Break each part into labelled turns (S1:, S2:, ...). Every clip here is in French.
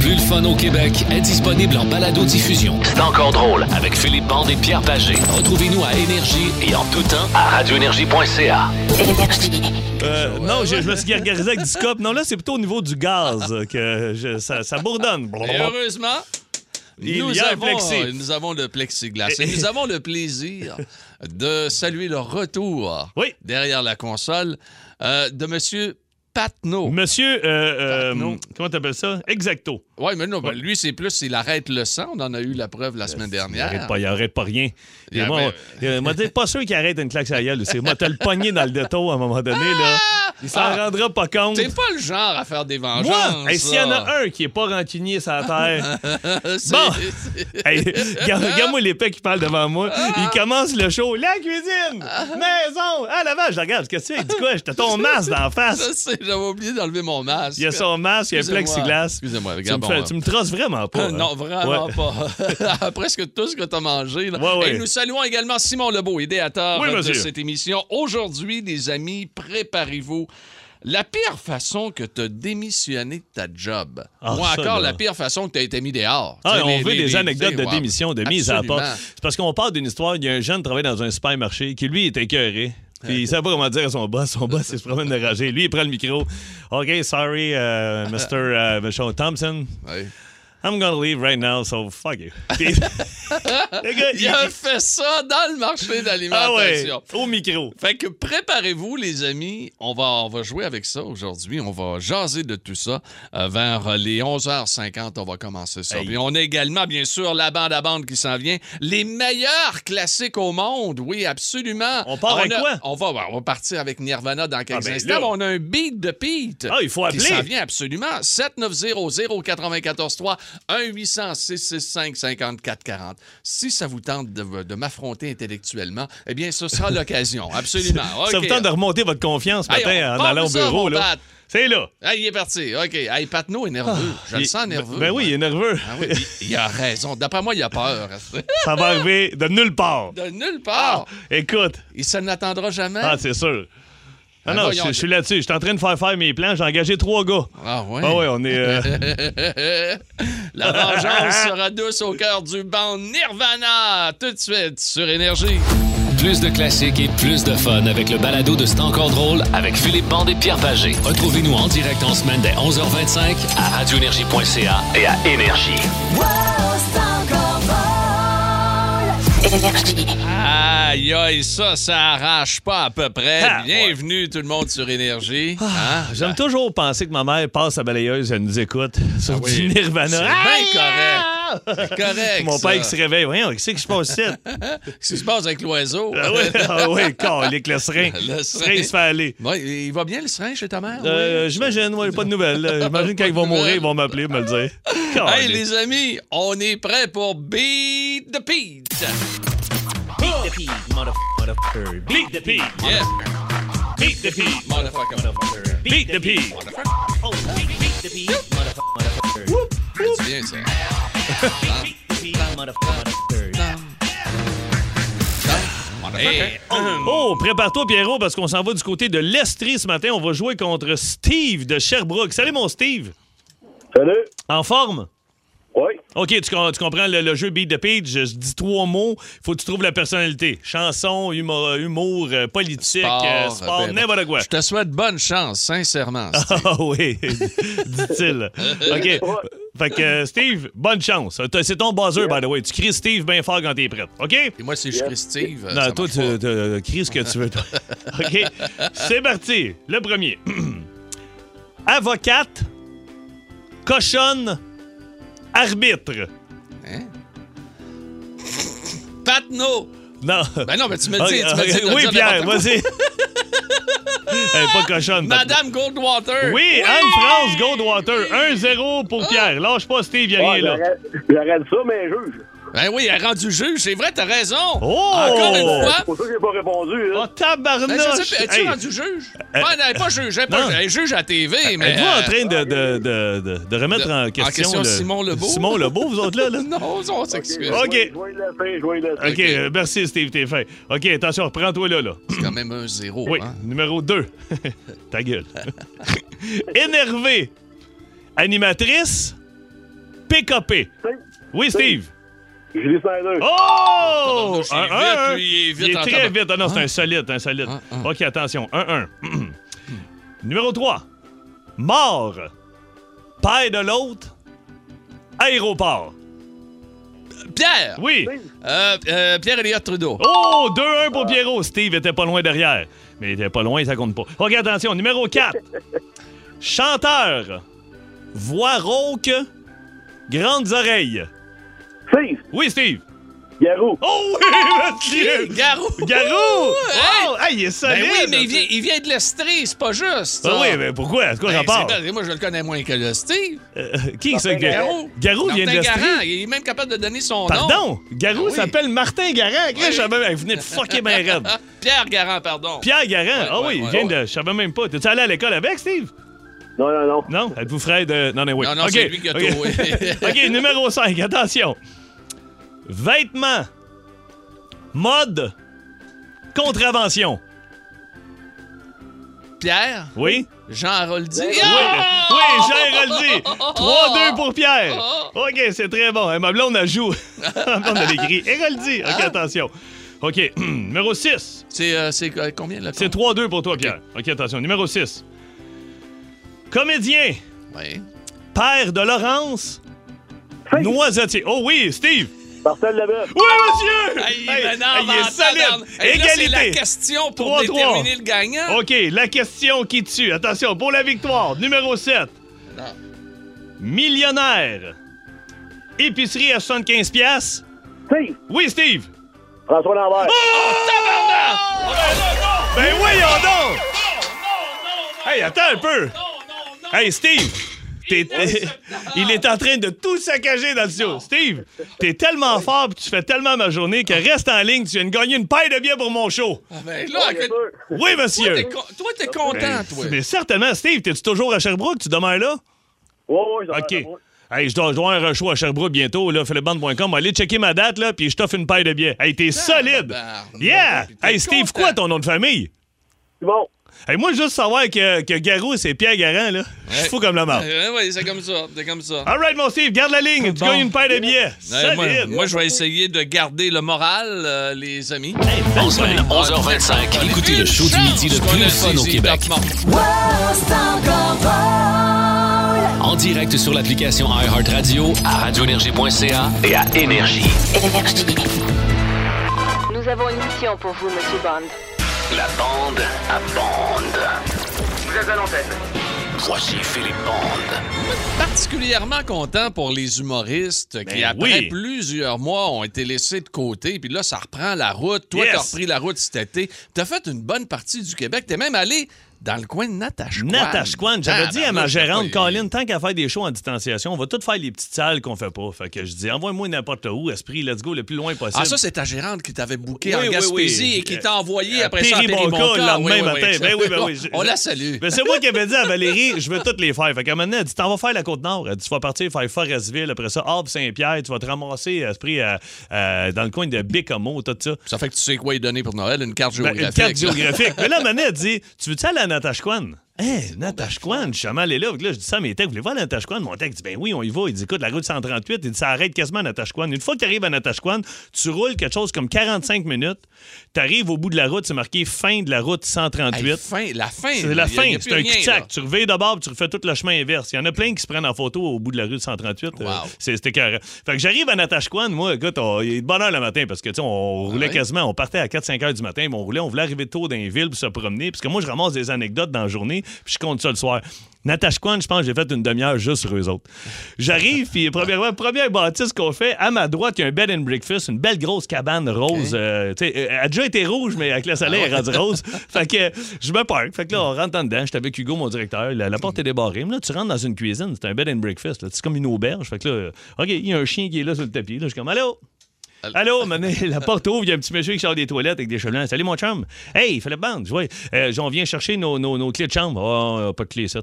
S1: Plus le fun au Québec est disponible en balado-diffusion. C'est encore drôle avec Philippe Bande et Pierre Pagé. Retrouvez-nous à Énergie et en tout temps à radioénergie.ca.
S2: Euh, non, je, je me suis gargarisé avec du scope. Non, là, c'est plutôt au niveau du gaz euh, que je- ça, ça bourdonne.
S3: Et heureusement,
S2: Il
S3: nous,
S2: y a un
S3: avons,
S2: plexi.
S3: euh, nous avons le plexiglas. Et nous avons le plaisir de saluer le retour
S2: Oui.
S3: derrière la console euh, de M. Patnaud.
S2: Monsieur, euh, euh,
S3: Patnaud.
S2: comment t'appelles ça? Exacto.
S3: Oui, mais non, ben, lui, c'est plus, il arrête le sang. On en a eu la preuve la semaine dernière.
S2: Euh, Il n'y aurait pas rien.
S3: Il y
S2: Et moi,
S3: avait-
S2: euh, moi, t'es pas sûr qu'il arrête une claque à la gueule. C'est moi, t'as le pogné dans le détour à un moment donné. Là. Il s'en
S3: Ah!
S2: rendra pas compte.
S3: T'es pas le genre à faire des vengeances.
S2: Moi, et s'il y en a un qui est pas rancunier sur la terre, Bon.
S3: bon.
S2: hey, regarde- regarde-moi l'épée qui parle devant moi. Il commence le show. La cuisine! Maison! Ah, la vache, je la regarde. Qu'est-ce que tu dis quoi? J'étais ton masque d'en face.
S3: J'avais oublié d'enlever mon masque.
S2: Il y a son masque, il y a un
S3: Excusez-moi.
S2: plexiglas.
S3: Excusez-moi,
S2: Tu
S3: regarde,
S2: me
S3: bon,
S2: fais-
S3: euh,
S2: Tu me trosses vraiment pas. hein?
S3: Non, vraiment
S2: Ouais.
S3: pas. Après Presque tout ce que tu as mangé. là.
S2: Ouais, ouais.
S3: Et nous saluons également Simon Lebeau, idéateur
S2: Oui,
S3: de
S2: monsieur.
S3: cette émission. Aujourd'hui, les amis, préparez-vous. La pire façon que tu as démissionné de ta job.
S2: Ah,
S3: Ou
S2: ça,
S3: encore
S2: là.
S3: la pire façon que tu as été mis dehors. Tu
S2: Ah,
S3: sais,
S2: on
S3: les-
S2: veut
S3: les-
S2: des
S3: les-
S2: anecdotes
S3: tu
S2: de
S3: sais, ouais.
S2: démission, de mise à la
S3: Absolument.
S2: porte. C'est parce qu'on part d'une histoire. Il y a un jeune qui travaille dans un supermarché qui, lui, est écœuré. Puis il sait pas comment dire à son boss. Son boss, il se promène de rager. Lui, il prend le micro. OK, sorry, euh, Mr. euh, Michon Thompson.
S3: Ouais.
S2: I'm gonna leave right now, so fuck you. Puis- le gars,
S3: Il a fait ça dans le marché de
S2: Ah ouais,
S3: l'alimentation.
S2: au micro.
S3: Fait que préparez-vous, les amis. On va, on va jouer avec ça aujourd'hui. On va jaser de tout ça. Euh, vers les 11h50, on va commencer ça.
S2: Hey.
S3: Puis on a également, bien sûr, la bande à bande qui s'en vient. Les meilleurs classiques au monde. Oui, absolument.
S2: On part avec
S3: a-
S2: quoi?
S3: On va, on va partir avec Nirvana dans quelques
S2: ben
S3: instants.
S2: là.
S3: mais On a un beat de Pete.
S2: Ah, il faut
S3: Qui
S2: appeler.
S3: s'en vient absolument. 7900-943 1-800-665-5440. Si ça vous tente de, de m'affronter intellectuellement, eh bien, ce sera l'occasion. Absolument.
S2: Ça
S3: OK.
S2: vous tente de remonter votre confiance ce
S3: Hey,
S2: matin
S3: on
S2: en
S3: part
S2: allant au
S3: nous ça,
S2: bureau.
S3: mon
S2: là.
S3: Pat.
S2: C'est là.
S3: Ah, il est parti. OK. Hey, Patnaud est nerveux. Je le
S2: Il-
S3: sens
S2: ben-
S3: nerveux.
S2: Ben oui, il est nerveux.
S3: Ah oui, il, il a raison. D'après moi, il a peur.
S2: Ça va arriver de nulle part.
S3: De nulle part.
S2: Écoute,
S3: Il se n'attendra jamais.
S2: ah, c'est sûr. Ah
S3: Ben
S2: non,
S3: voyons.
S2: je, je suis là-dessus. Je suis en train de faire faire mes plans. J'ai engagé trois gars.
S3: Ah ouais.
S2: Ah ouais, on est. euh,
S3: La vengeance sera douce au cœur du banc Nirvana. Tout de suite sur Énergie.
S1: Plus de classiques et plus de fun avec le balado de C'est encore drôle avec Philippe Bande et Pierre Pagé. Retrouvez-nous en direct en semaine dès 11h25 à radioénergie.ca et à Énergie.
S3: Aïe, aïe, ça, ça arrache pas à peu près.
S2: Ah,
S3: Bienvenue tout le monde sur Énergie. Hein?
S2: J'aime toujours penser que ma mère passe à balayeuse, elle nous écoute sur
S3: Ah oui.
S2: du
S3: C'est
S2: Nirvana.
S3: bien
S2: Ah!
S3: Correct.
S2: Mon père
S3: ça.
S2: qui se réveille. Voyons, qu'est-ce que je passe ici?
S3: Qu'est-ce qui se passe avec l'oiseau?
S2: Ah oui, ah oui, calique, le serin.
S3: Le Ah
S2: Le
S3: serin.
S2: serin, il se fait aller.
S3: Ouais, il va bien le serin chez ta mère? oui?
S2: Euh, J'imagine, ouais, pas de nouvelles. là. J'imagine quand ils vont mourir, ils vont m'appeler, me le dire.
S3: Hey
S2: Calique.
S3: les amis, on est prêt pour Beat the Pete.
S2: Beat the pig,
S3: Yeah,
S2: beat the pig,
S3: motherfucker.
S2: beat the pig.
S3: C'est bien ça. Hey,
S2: Oh, prépare-toi, Pierrot, parce qu'on s'en va du côté de l'Estrie ce matin. On va jouer contre Steve de Sherbrooke. Salut, mon Steve.
S4: Salut.
S2: En forme?
S4: Oui.
S2: OK, tu, com- tu comprends le, le jeu Beat the Page. Je, je dis trois mots. Il faut que tu trouves la personnalité. Chanson, humour, humour, euh, politique,
S3: sport,
S2: euh, sport,
S3: ben,
S2: n'importe quoi.
S3: Je te souhaite bonne chance, sincèrement. Steve.
S2: Ah oui, dit-il. OK. Fait que, euh, Steve, bonne chance. T'as- C'est ton buzzer, by the way. Tu cries Steve bien fort quand t'es prête. OK?
S3: Et moi, si je suis Steve, euh, ça
S2: Non, toi,
S3: marche
S2: tu
S3: pas.
S2: tu- tu cries ce que tu veux. toi. OK? C'est parti. Le premier. Avocate, cochonne, arbitre.
S3: Patnaud!
S2: Non.
S3: Ben non, mais tu me
S2: Ok,
S3: dis, tu me dis.
S2: ok.
S3: de
S2: Ah, Oui,
S3: dire
S2: Pierre,
S3: n'importe
S2: vas-y. Elle est pas cochonne.
S3: quoi.
S2: pas-
S3: Madame Goldwater!
S2: Oui, Anne-France Goldwater. 1-0
S3: Ah!
S2: pour Pierre. Lâche pas, Steve, il a
S4: Ah,
S2: rien
S4: ben,
S2: là.
S4: J'arrête ça, mais juge.
S3: Ben oui, elle est rendue juge, c'est vrai, t'as raison!
S2: Oh!
S3: Encore une fois!
S4: C'est pour ça que j'ai pas répondu. hein.
S2: Oh,
S4: Là.
S3: Ben, je
S2: tabarnouche!
S3: sais, es-tu
S2: Hey, Euh,
S3: rendu juge? Ah, non, elle est pas juge, elle est pas
S2: Non.
S3: elle est juge à TV, mais...
S2: Êtes-vous
S3: euh,
S2: en train de, de, de, de, de remettre
S3: de- en
S2: en question,
S3: question
S2: le-
S3: Simon Lebeau?
S2: Simon Lebeau, vous autres là? là?
S3: Non, on s'excuse.
S2: Ok.
S4: Je vais le laisser, je vais le
S2: OK,
S4: laisser.
S2: euh, merci Steve, t'es fin. OK, attention, reprends-toi là, là.
S3: C'est quand même un zéro.
S2: Oui,
S3: hein.
S2: numéro 2. Ta gueule. Énervé. Animatrice. PKP. Oui, Steve.
S4: Julie Snyder.
S2: Ah. Oh!
S3: Ah,
S2: 1-1.
S3: Tabarnouche, il est vite, lui, il est vite en
S2: très
S3: tabarnak.
S2: vite. Ah non, c'est un solide, un solide.
S3: Ah, ah.
S2: OK, attention. 1-1. Numéro 3. Mort. Paille de l'autre. Aéroport.
S3: Pierre!
S2: Oui.
S3: Euh, euh, Pierre Elliott Trudeau.
S2: Oh, 2-1 pour Pierrot. Steve était pas loin derrière. Mais il était pas loin, ça compte pas. OK, attention. Numéro 4. Chanteur. Voix rauque. Grandes oreilles.
S4: Steve.
S2: Oui, Steve.
S4: Garou.
S2: Oh oui, monsieur.
S3: Garou!
S2: Garou!
S3: Hey!
S2: Oh, hey, il est
S3: Ben
S2: solide!
S3: oui, mais il vient, il vient de l'Estrie, c'est pas juste.
S2: Ah
S3: ça.
S2: oui, mais pourquoi? C'est quoi le
S3: Ben,
S2: rapport?
S3: c'est vrai, moi, je le connais moins que le Steve.
S2: Euh, qui ça?
S4: Martin
S2: Garou? Garou vient de
S3: Martin
S2: l'Estrie?
S3: Garand, Il est même capable de donner son nom.
S2: Pardon! Garou
S3: Ah oui.
S2: s'appelle Martin Garant. Chris,
S3: Oui.
S2: Je savais même, il venait de fucker ma raide.
S3: Ah, Pierre Garand, pardon.
S2: Pierre Garant.
S3: Ouais,
S2: ah
S3: ouais,
S2: oui, il
S3: ouais,
S2: vient
S3: ouais.
S2: de. Je savais même pas. T'es-tu allé à l'école avec, Steve?
S4: Non, non, non.
S2: Non? Êtes-vous frère de. Non, oui.
S3: Non, non,
S2: Ok,
S3: c'est lui qui a
S2: ok.
S3: tout, oui.
S2: OK, numéro 5, attention. Vêtements. Mode. Contravention.
S3: Pierre,
S2: Oui?
S3: Jean Haroldi.
S2: Ben Oui,
S3: Ah!
S2: oui, Jean Héroldi. 3-2 pour Pierre. OK, c'est très bon. Hein, Ma blonde, elle joue. Ma blonde, elle écrit. Héroldi.
S3: Hein?
S2: OK, attention. OK, numéro 6.
S3: C'est euh, c'est, euh, combien là?
S2: C'est 3-2 pour toi, Pierre. OK, attention. Numéro 6. Comédien,
S3: Ouais.
S2: père de Laurence, noisetier. Oh oui, Steve.
S4: Marcel Leboeuf.
S2: Oui, monsieur.
S3: Hey,
S2: Hey,
S3: mais ben non,
S2: hey, il
S3: mais
S2: est
S3: attends,
S2: solide.
S3: attends. Hey, là, c'est la
S2: Égalité. Oh.
S3: question pour
S2: 3-3.
S3: déterminer le gagnant.
S2: OK, la question qui tue. Attention, pour la victoire, numéro 7.
S3: Non.
S2: Millionnaire. Épicerie à 75 pièces.
S4: Steve.
S2: Oui, Steve.
S4: François Lambert.
S2: Ah. Ben voyons donc. Hey, attends un peu. Hey, Steve. t'es- t'es- il est en train de tout saccager dans le studio. Steve, t'es tellement fort pis tu fais tellement ma journée que reste en ligne, tu viens de gagner une paille de bière pour mon show.
S3: Ah, ben là,
S4: Bien
S3: écoute,
S4: sûr.
S2: Oui,
S3: toi,
S2: monsieur.
S3: t'es con- toi, t'es content, toi.
S2: Oh, Ben, Mais certainement, Steve, t'es-tu toujours à Sherbrooke? Tu demeures là?
S4: Ouais, ouais, j'en-
S2: OK.
S4: ouais.
S2: Hey, je dois, je dois avoir un show à Sherbrooke bientôt, là, philibande.com. Allez checker ma date, là, puis je t'offre une paille de billets. Hey,
S3: Ah,
S2: t'es solide!
S3: barbe,
S2: Yeah!
S3: puis t'es
S2: Hey, Steve,
S3: bah. content.
S2: quoi ton nom de famille?
S4: C'est bon.
S2: Hey, moi, juste savoir que, que Garou, c'est Pierre Garand, là. Je suis
S3: Ouais.
S2: fou comme la mort.
S3: Ouais, Euh, ouais, c'est comme ça, c'est comme ça.
S2: All right, mon Steve, garde la ligne. Tu
S3: Bon.
S2: gagnes une paille de billets.
S3: Ouais, moi,
S2: Ah, Solide!
S3: moi, je vais essayer de garder le moral, euh, les amis.
S1: En semaine, 11h25, écoutez le show du midi le plus le fun au Québec. En direct sur l'application iHeartRadio, à radioénergie.ca et à Énergie.
S5: Nous avons une mission pour vous, Monsieur Bond.
S1: La bande à bande. Vous êtes à l'antenne. Voici Philippe Bande.
S3: Particulièrement content pour les humoristes qui, après
S2: Ben oui.
S3: plusieurs mois, ont été laissés de côté. Puis là, ça reprend la route. Toi,
S2: Yes.
S3: t'as repris la route cet été. T'as fait une bonne partie du Québec. T'es même allé dans le coin de Natashquan.
S2: Natasha Kwan, j'avais
S3: Ah,
S2: dit
S3: ben
S2: à ma
S3: là, je sais
S2: gérante,
S3: pas,
S2: Colin, tant qu'à faire des shows en distanciation, on va tout faire les petites salles qu'on fait pas. Fait que je dis, envoie-moi n'importe où, esprit, let's go, le plus loin possible.
S3: Ah, ça, c'est ta gérante qui t'avait booké
S2: Oui,
S3: en
S2: oui,
S3: Gaspésie
S2: oui.
S3: et qui t'a envoyé
S2: Euh,
S3: après ça à
S2: Péribonca,
S3: Péribonca.
S2: le lendemain
S3: Oui, oui, oui,
S2: matin. Ben oui, ben oui,
S3: exactement.
S2: je-
S3: On la salue.
S2: Mais c'est moi qui avais dit à Valérie, je veux toutes les faire. Fait qu'à un moment donné, elle dit T'en vas faire la Côte-Nord. Elle dit Tu vas partir faire Forestville, après ça, Arbre-Saint-Pierre, tu vas te ramasser euh, à ce prix à- à- euh, dans le coin de Bécamo, tout ça.
S3: Ça fait que tu sais quoi y donner pour Noël, une carte
S2: Ben,
S3: géographique.
S2: une carte
S3: là.
S2: géographique. Mais là, à un moment donné, elle dit Tu veux-tu aller à Natashquan Hé, Natashquan, je suis jamais allé là. Fait que là, je dis ça à mes techs Vous voulez voir Natashquan Mon tech dit Ben oui, on y va. Il dit Écoute, la route 138, il dit Ça arrête quasiment à Natashquan. Une fois que tu arrives à Natashquan, tu roules quelque chose comme 45 minutes. Tu arrives au bout de la route, c'est marqué fin de la route 138.
S3: Hey, fin, la fin.
S2: C'est la
S3: là, y a-
S2: fin,
S3: y a plus
S2: c'est un
S3: rien,
S2: cul-de-sac.
S3: là.
S2: Tu reviens d'abord, puis tu refais tout le chemin inverse. Il y en a plein qui se prennent en photo au bout de la rue de 138.
S3: Wow.
S2: Euh, c'est- C'était carré. Fait que j'arrive à Natashquan, moi, écoute, on- il est de bonne heure le matin parce que, tu sais, on roulait
S3: Ah ouais?
S2: quasiment, on partait à 4-5 heures du matin, mais on roulait, on voulait arriver tôt dans les villes pour se promener, parce que moi, je ramasse des anecdotes dans la journée, puis je compte ça le soir. Natashquan, je pense que j'ai fait une demi-heure juste sur eux autres. J'arrive, puis premièrement, première bâtisse qu'on fait, à ma droite, il y a un bed and breakfast, une belle grosse cabane rose. euh, tu sais, euh, elle a déjà été rouge, mais avec le soleil, elle est rendue rose. Fait que euh, je me parque. Fait que là, on rentre en dedans. J'étais avec Hugo, mon directeur. La, la porte est débarrée. Mais là, tu rentres dans une cuisine. C'est un bed and breakfast. là. C'est comme une auberge. Fait que là, euh, OK, il y a un chien qui est là sur le tapis. Là, je suis comme, allô? Allô, maintenant, la porte ouvre, il y a un petit monsieur qui sort des toilettes avec des cheveux blancs. Salut, mon chum. Hey, Philippe Bande, ouais. Euh, on vient chercher nos, nos, nos clés de chambre. Ah, pas de clés, ça.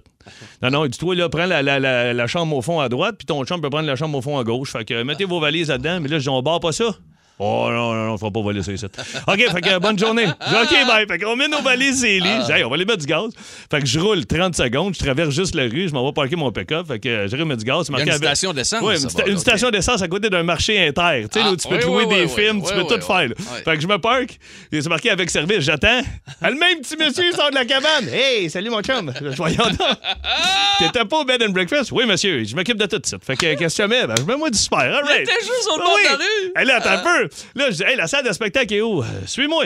S2: Non, non, dis-toi, là, prends la, la, la, la chambre au fond à droite, puis ton chum peut prendre la chambre au fond à gauche. Fait que euh, mettez vos valises là-dedans, mais là, je dis, on barre pas ça. Oh non, non, non, on fera pas voler ça ici. OK, fait que euh, bonne journée. Je dis, OK, bye. Fait qu'on met nos valises et les lits. Je dis,
S3: Ah.
S2: hey, on va les mettre du gaz. Fait que je roule 30 secondes, je traverse juste la rue, je m'en vais parquer mon pick-up. Fait que euh, je remets du gaz.
S3: Il y a une station d'essence,
S2: Oui,
S3: ça
S2: une,
S3: va,
S2: sta- une
S3: OK.
S2: station d'essence à côté d'un marché inter. Tu sais,
S3: Ah,
S2: là, où tu peux
S3: oui,
S2: trouver
S3: oui,
S2: des
S3: oui,
S2: films,
S3: oui,
S2: tu peux
S3: oui,
S2: tout
S3: oui.
S2: faire. là.
S3: Ouais.
S2: Fait que je me parque, et c'est marqué avec service, j'attends. Ah, Le même petit monsieur sort de la cabane. Hey, salut mon chum. Je dis, voyons donc. T'étais pas au bed and breakfast? Oui, monsieur, je m'occupe de tout ça. Fait que euh, qu'est-ce que tu mets? Ben, je mets moi du super. All right.
S3: était juste sur le
S2: Ah
S3: bord
S2: oui.
S3: de la rue. Euh.
S2: Hey, là, attends un peu. Là, je dis, hey, la salle de spectacle est où? Euh, Suis-moi.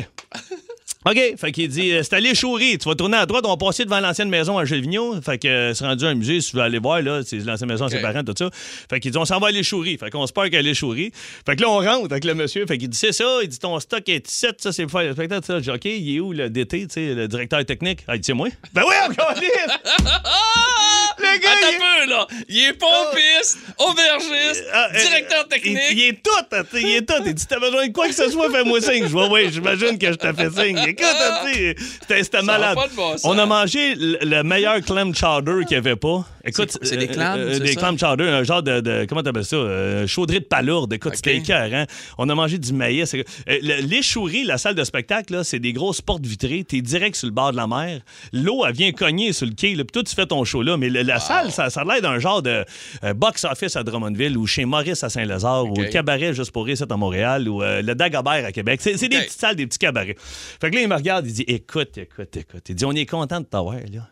S2: OK. Fait qu'il dit, euh, c'est allé Choury. Tu vas tourner à droite. On va passer devant l'ancienne maison à Gilles Vigneault. Fait que euh, c'est rendu à un musée. Si tu veux aller voir, là, c'est l'ancienne maison à ses
S3: OK.
S2: parents, tout ça. Fait qu'il dit, on s'en va à l'échourie. Fait qu'on se parque à l'échourie. Fait que là, on rentre avec le monsieur. Fait qu'il dit, c'est ça. Il dit, ton stock est 7. Ça, c'est pour faire le spectacle. Ça, Je dis, OK, il est où le DT, tu sais, le directeur technique? Ah, il dit, c'est moi. Ben oui, on connaît.
S3: Ah!
S2: Le gars,
S3: Attends
S2: il-
S3: un peu, là. Il est pompiste, aubergiste,
S2: Ah, euh,
S3: directeur technique.
S2: Il, il est tout, hein, tu sais, il est tout. Il dit, t'as besoin de quoi que ce soit, fais-moi signe. Je vois, oui, j'imagine que je t'ai fait signe. Écoute, hein, tu sais, c'était c'était malade.
S3: Ah. pas de bon sens.
S2: On a mangé le, le meilleur clam chowder qu'il n'y avait pas. Écoute,
S3: C'est- c'est des
S2: euh,
S3: clams,
S2: euh,
S3: c'est
S2: Des
S3: ça?
S2: clams chowder, un genre de, de- comment t'appelles ça, euh, chaudrée de palourde. Écoute, c'était écœurant. hein. On a mangé du maïs. Euh, le- Les chouris, la salle de spectacle, là, c'est des grosses portes vitrées. T'es direct sur le bord de la mer. L'eau, elle vient cogner sur le quai. Là, puis toi, tu fais ton show là. Mais le- la salle, ça, ça a l'air d'un genre de euh, box-office à Drummondville ou chez Maurice à Saint-Lazare ou le Cabaret Juste pour rire, c'est à Montréal ou euh, le Dagobert à Québec. C'est c'est des
S3: OK.
S2: petites salles, des petits cabarets. Fait que là, il me regarde, il dit Écoute, écoute, écoute. Il dit On est content de t'avoir, là.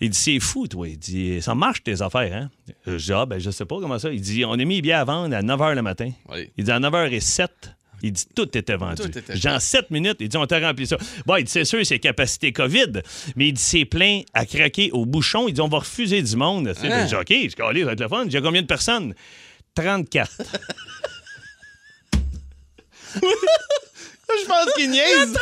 S2: Il dit C'est fou, toi. Il dit Ça marche tes affaires, hein Je dis Ah, ben, je sais pas comment ça. Il dit On a mis les bières à vendre à 9 h le matin.
S3: Oui.
S2: Il dit À 9 h 07 il dit tout était vendu.
S3: Tout était
S2: Genre 7 minutes, il dit on t'a rempli ça. Bon, il dit c'est sûr, c'est capacité COVID, mais il dit c'est plein à craquer au bouchon. Il dit on va refuser du monde. Tu sais,
S3: Hein?
S2: ben, Je dis OK, je suis calé, ça va être le fun. J'ai combien de personnes 34. Je pense qu'il niaise.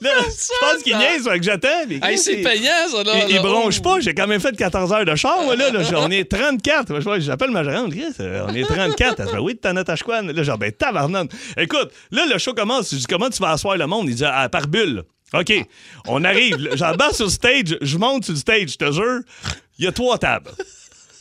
S2: 34 Je pense qu'il niaise, fait que j'attends. mais
S3: Hey,
S2: qu'est-ce
S3: c'est
S2: qu'il-
S3: payant, ça, là.
S2: il, il
S3: là.
S2: bronche
S3: Oh.
S2: pas, j'ai quand même fait 14 heures de char, moi, là, là. J'en ai 34. Moi, je vois, J'appelle ma gérante, Chris, euh, on est 34. Elle se fait, oui, t'en as ta chouane. Là, genre, ben, tabarnane. Écoute, là, le show commence. Je dis, comment tu vas asseoir le monde? Il dit, ah, par bulle. OK, on arrive. Là, J'embarque sur le stage, je monte sur le stage, je te jure. Il y a trois tables.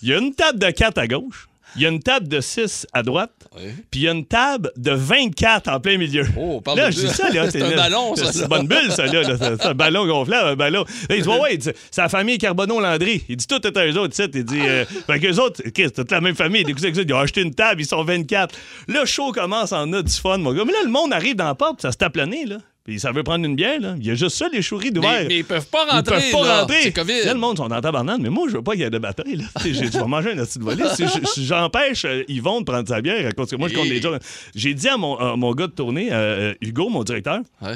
S2: Il y a une table de 4 à gauche, il y a une table de 6 à droite,
S3: Oui.
S2: puis il y a une table de 24 en plein milieu.
S3: Oh, parle
S2: là,
S3: de
S2: je
S3: bulle.
S2: dis ça, là.
S3: C'est un
S2: là,
S3: ballon,
S2: c'est-
S3: ça,
S2: C'est
S3: là.
S2: une bonne bulle, ça, là. là. C'est c'est un ballon gonflable, un ballon. Là, il dit, ouais, ouais, il dit, c'est la famille Carbonneau-Landry. Il dit, tout est à eux autres, tu sais. Il dit, euh, fait qu'eux autres, OK, c'est toute la même famille. Des cousins, cousines, ils ont acheté une table, ils sont 24. Le show commence, on a du fun, mon gars. Mais là, le monde arrive dans la porte, ça se tape le nez, là. Puis ça veut prendre une bière, là. Il y a juste ça, les chouris d'ouvert.
S3: Mais, mais ils peuvent pas
S2: Ils
S3: rentrer.
S2: peuvent pas
S3: là.
S2: rentrer.
S3: C'est COVID.
S2: Là, le monde sont en tabarnane, mais moi, je veux pas qu'il y ait de bataille. Là. Tu sais, J'ai dit, je vais manger un petit de voler. Si je- si j'empêche euh, Yvon de prendre sa bière, à cause que moi, je compte
S3: Et-
S2: les gens. J'ai dit à mon, à mon gars de tournée, euh, euh, Hugo, mon directeur,
S3: Ouais.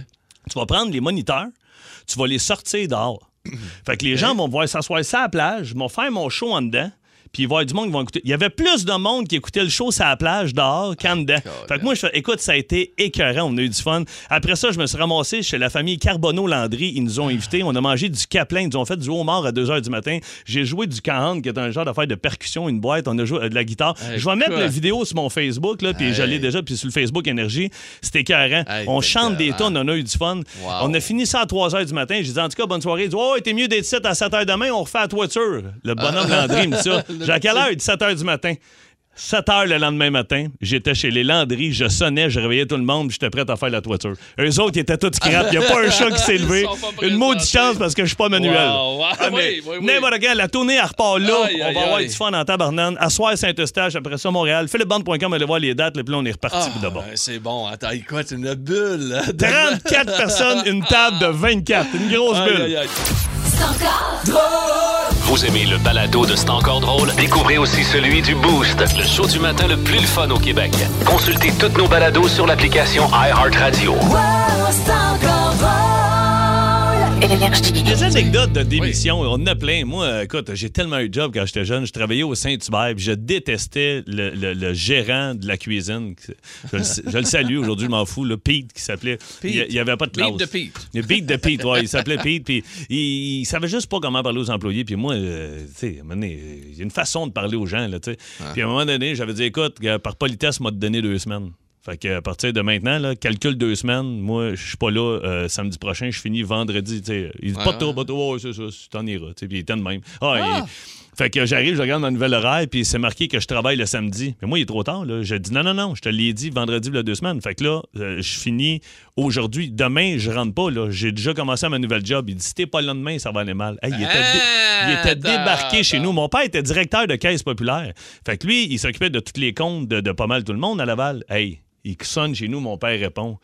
S2: tu vas prendre les moniteurs, tu vas les sortir dehors.
S3: Mhm.
S2: fait que les gens vont me voir s'asseoir ça à la plage, vont faire mon show en dedans. Puis il va y avoir du monde qui vont écouter. Il y avait plus de monde qui écoutait le show sur la plage dehors qu'en
S3: Ah,
S2: dedans. Fait que moi, je fais, écoute, ça a été écœurant. On a eu du fun. Après ça, je me suis ramassé chez la famille Carbonneau-Landry. Ils nous
S3: Ah.
S2: ont invités. On a mangé du caplin. Ils nous ont fait du homard à 2 h du matin. J'ai joué du cahan, qui est un genre d'affaire de percussion, une boîte. On a joué euh, de la guitare. je vais mettre
S3: quoi?
S2: la vidéo sur mon Facebook, là, puis je l'ai déjà, puis sur le Facebook Énergie. C'était écœurant.
S3: Hey,
S2: on
S3: c'est
S2: chante des
S3: écœurant.
S2: tonnes, on a eu du fun.
S3: Wow.
S2: On a fini ça à 3 h du matin. J'ai dit, en tout cas, bonne soirée. Il dit, ouais, t'es mieux d'être 7 à 7 h demain, on refait la toiture. Le bonhomme
S3: Ah.
S2: Landry me dit ça. J'ai dit, à quelle heure? Il dit 7 h du matin. 7 h le lendemain matin, j'étais chez les Landry, je sonnais, je réveillais tout le monde, puis j'étais prêt à faire la toiture. Eux autres, ils étaient tous crap. Il n'y a pas un chat qui s'est
S3: Ils
S2: levé.
S3: sont pas
S2: Une maudite
S3: présentés.
S2: chance parce que je suis pas manuel. Ah,
S3: Wow, wow.
S2: mais
S3: Oui, oui, oui.
S2: N'importe quand, la tournée, elle repart là.
S3: Aïe,
S2: on
S3: aïe,
S2: va avoir
S3: aïe.
S2: du fun en tabarnane. À soir, Saint-Eustache, après ça, Montréal. Philipbande.com, allez voir les dates, là, puis là, on est reparti
S3: Ah,
S2: pour de bon.
S3: ben, C'est bon. Attends, écoute, une bulle. là.
S2: 34 personnes, une table de 24. Une grosse
S3: Aïe,
S2: bulle.
S3: aïe, aïe.
S1: Vous aimez le balado de C'est encore drôle? Découvrez aussi celui du Boost, le show du matin le plus le fun au Québec. Consultez toutes nos balados sur l'application iHeartRadio.
S2: Des anecdotes de démission, on en a plein. Moi, euh, écoute, j'ai tellement eu de job quand j'étais jeune. Je travaillais au Saint-Hubert, puis je détestais le, le- le gérant de la cuisine. Je le, je le salue aujourd'hui, je m'en fous, le Pete qui s'appelait. Il n'y avait pas de classe.
S3: Beat de Pete.
S2: Le Pete de Pete, ouais, il s'appelait Pete, puis il, il savait juste pas comment parler aux employés. Puis moi, euh, tu sais, à un moment donné, euh, il y a une façon de parler aux gens, là, tu sais. Puis à un moment donné, j'avais dit, écoute, euh, par politesse, m'a donné deux semaines. Fait que à partir de maintenant, là, calcule deux semaines. Moi, je suis pas là euh, samedi prochain, je finis vendredi. tu sais. Il dit pas de trop, pas de trop. Ouais, c'est ça, tu t'en iras. tu sais. Puis il était de même. Ah, il- Fait que j'arrive, je regarde ma nouvelle horaire, puis c'est marqué que je travaille le samedi. Mais moi, il est trop tard, là. Je dis non, non, non, je te l'ai dit vendredi, il y a deux semaines. Fait que là, euh, je finis aujourd'hui. Demain, je rentre pas, là. J'ai déjà commencé à ma nouvelle job. Il dit si t'es pas là demain, ça va aller mal. Hey, il, était dé-
S3: Ah,
S2: il était
S3: attends,
S2: débarqué chez
S3: attends.
S2: nous. Mon père était directeur de caisse populaire. Fait que lui, il s'occupait de tous les comptes de, de pas mal tout le monde à Laval. Hey, il sonne chez nous, mon père répond.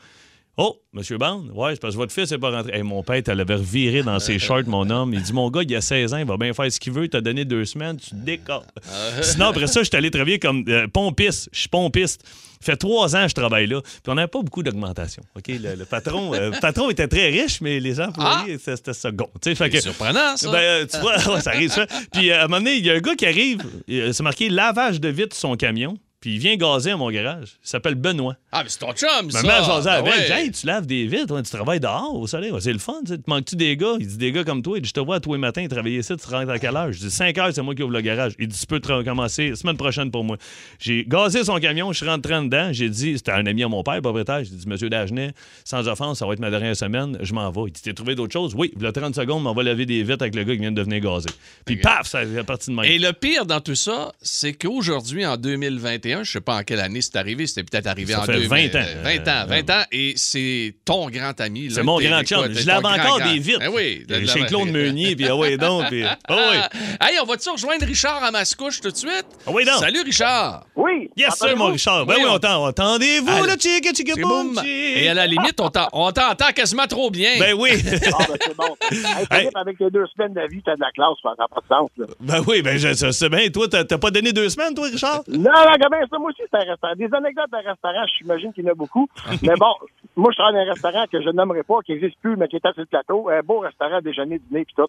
S2: Oh, Monsieur Bond, ouais, c'est parce que votre fils n'est pas rentré. Hey, mon père, elle avait reviré dans ses shorts, mon homme. Il dit Mon gars, il a 16 ans, il va bien faire ce qu'il veut, t'as donné deux semaines, tu te décolles.
S3: Ah.
S2: Sinon, après ça, je suis allé travailler comme euh, pompiste. Je suis pompiste. Ça fait trois ans que je travaille là. Puis on n'avait pas beaucoup d'augmentation. OK? Le, le patron, euh, le patron était très riche, mais les employés, c'était- c'était second. Tu sais, fait
S3: Ah! C'est
S2: que-
S3: surprenant, ça.
S2: ben, euh, tu vois, ouais, ça arrive, ça. Puis euh, à un moment donné, il y a un gars qui arrive, euh, c'est marqué lavage de vitre sur son camion, puis il vient gazer à mon garage. Il s'appelle Benoît.
S3: ah, mais c'est ton chum, ça.
S2: Ma mère jasait
S3: Ah,
S2: avec.
S3: ouais.
S2: Hey, tu laves des vitres, ouais, tu travailles dehors au soleil. Ouais, c'est le fun, tu sais. Te manques-tu des gars? Il dit des gars comme toi. Il dit, je te vois tous les matins travailler ici, tu rentres à quelle heure? Je dis 5 heures, c'est moi qui ouvre le garage. Il dit, tu peux te commencer semaine prochaine pour moi. J'ai gazé son camion, je suis rentré dedans. J'ai dit, c'était un ami à mon père, propriétaire. J'ai dit, monsieur Dagenet, sans offense, ça va être ma dernière semaine, je m'en vais. Il dit, t'es trouvé d'autres choses? Oui, il y a 30 secondes, on va laver des vitres avec le gars qui vient de devenir gazé. Puis paf, ça est parti de moi.
S3: Et le pire dans tout ça, c'est qu'aujourd'hui, en 2021, je sais pas en quelle année c'est arrivé, c'était peut-être arrivé
S2: Ça
S3: en
S2: fait
S3: 2000,
S2: 20 ans.
S3: euh, 20 ans, 20 ans, et c'est ton grand ami. là,
S2: C'est mon
S3: t'es-
S2: grand
S3: t'es
S2: chum.
S3: quoi, t'es
S2: Je
S3: ton
S2: lave
S3: grand,
S2: encore
S3: grand.
S2: des vitres. Euh,
S3: Ben oui. de- de-
S2: Chez Claude Meunier, puis ah ouais, donc, puis ah ouais.
S3: Ah, hey, on va-tu rejoindre Richard à Mascouche tout de suite?
S2: Ah oui, donc.
S3: Salut, Richard.
S4: Oui.
S2: Yes, sir,
S4: Entendez-vous?
S2: mon Richard. Ben oui,
S3: Voyons.
S2: on t'en- Attendez-vous,
S3: Allez.
S2: le chica chica
S3: C'est
S2: boom,
S3: boum.
S2: chick.
S3: Et à la limite, on t'en- on t'entend quasiment trop bien.
S2: Ben oui.
S4: Ah, ben, c'est bon. Hey, Philippe, avec les deux semaines de vie, t'as de la classe, ça n'a pas de sens, là.
S2: ben oui, ben je je sais bien. Toi, t'as t'as pas donné deux semaines, toi, Richard?
S4: Non, non, comment ça? Moi aussi, c'est un restaurant. Des anecdotes d'un restaurant, j'imagine qu'il y en a beaucoup. mais bon, moi, je travaille dans un restaurant que je nommerai pas, qui n'existe plus, mais qui était sur le plateau. Un beau restaurant, déjeuner, dîner, puis tout.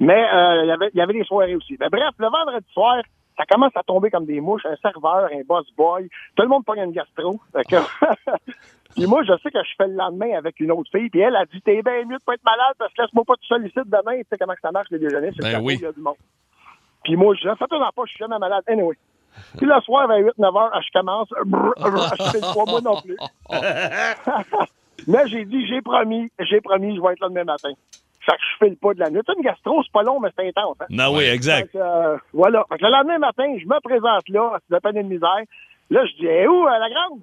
S4: Mais euh, il y avait- il y avait des soirées aussi. Mais bref, le vendredi soir, ça commence à tomber comme des mouches. Un serveur, un boss boy, tout le monde pogne une gastro. Fait que- Puis moi, je sais que je fais le lendemain avec une autre fille, puis elle a dit T'es bien mieux de pas être malade parce que laisse-moi pas tout seul ici demain. Tu sais comment que ça marche, les déjeuners, c'est
S3: Ben
S4: le plateau,
S3: oui.
S4: il y a du monde. Puis moi, je dis Fais-toi dans pas, je suis jamais malade. Anyway. Puis le soir, vers 8-9 heures, je commence. Brr, brr, je fais le poids, moi non plus. Mais j'ai dit, j'ai promis, j'ai promis, je vais être là demain matin. Fait que je fais le pas de la nuit. Tu sais, une gastro, c'est pas long, mais c'est intense. hein.
S2: Non, oui, exact.
S4: Fait que, euh, voilà. Fait que le lendemain matin, je me présente là, c'est la peine de misère. Là, je dis, Eh, où, euh, la grande?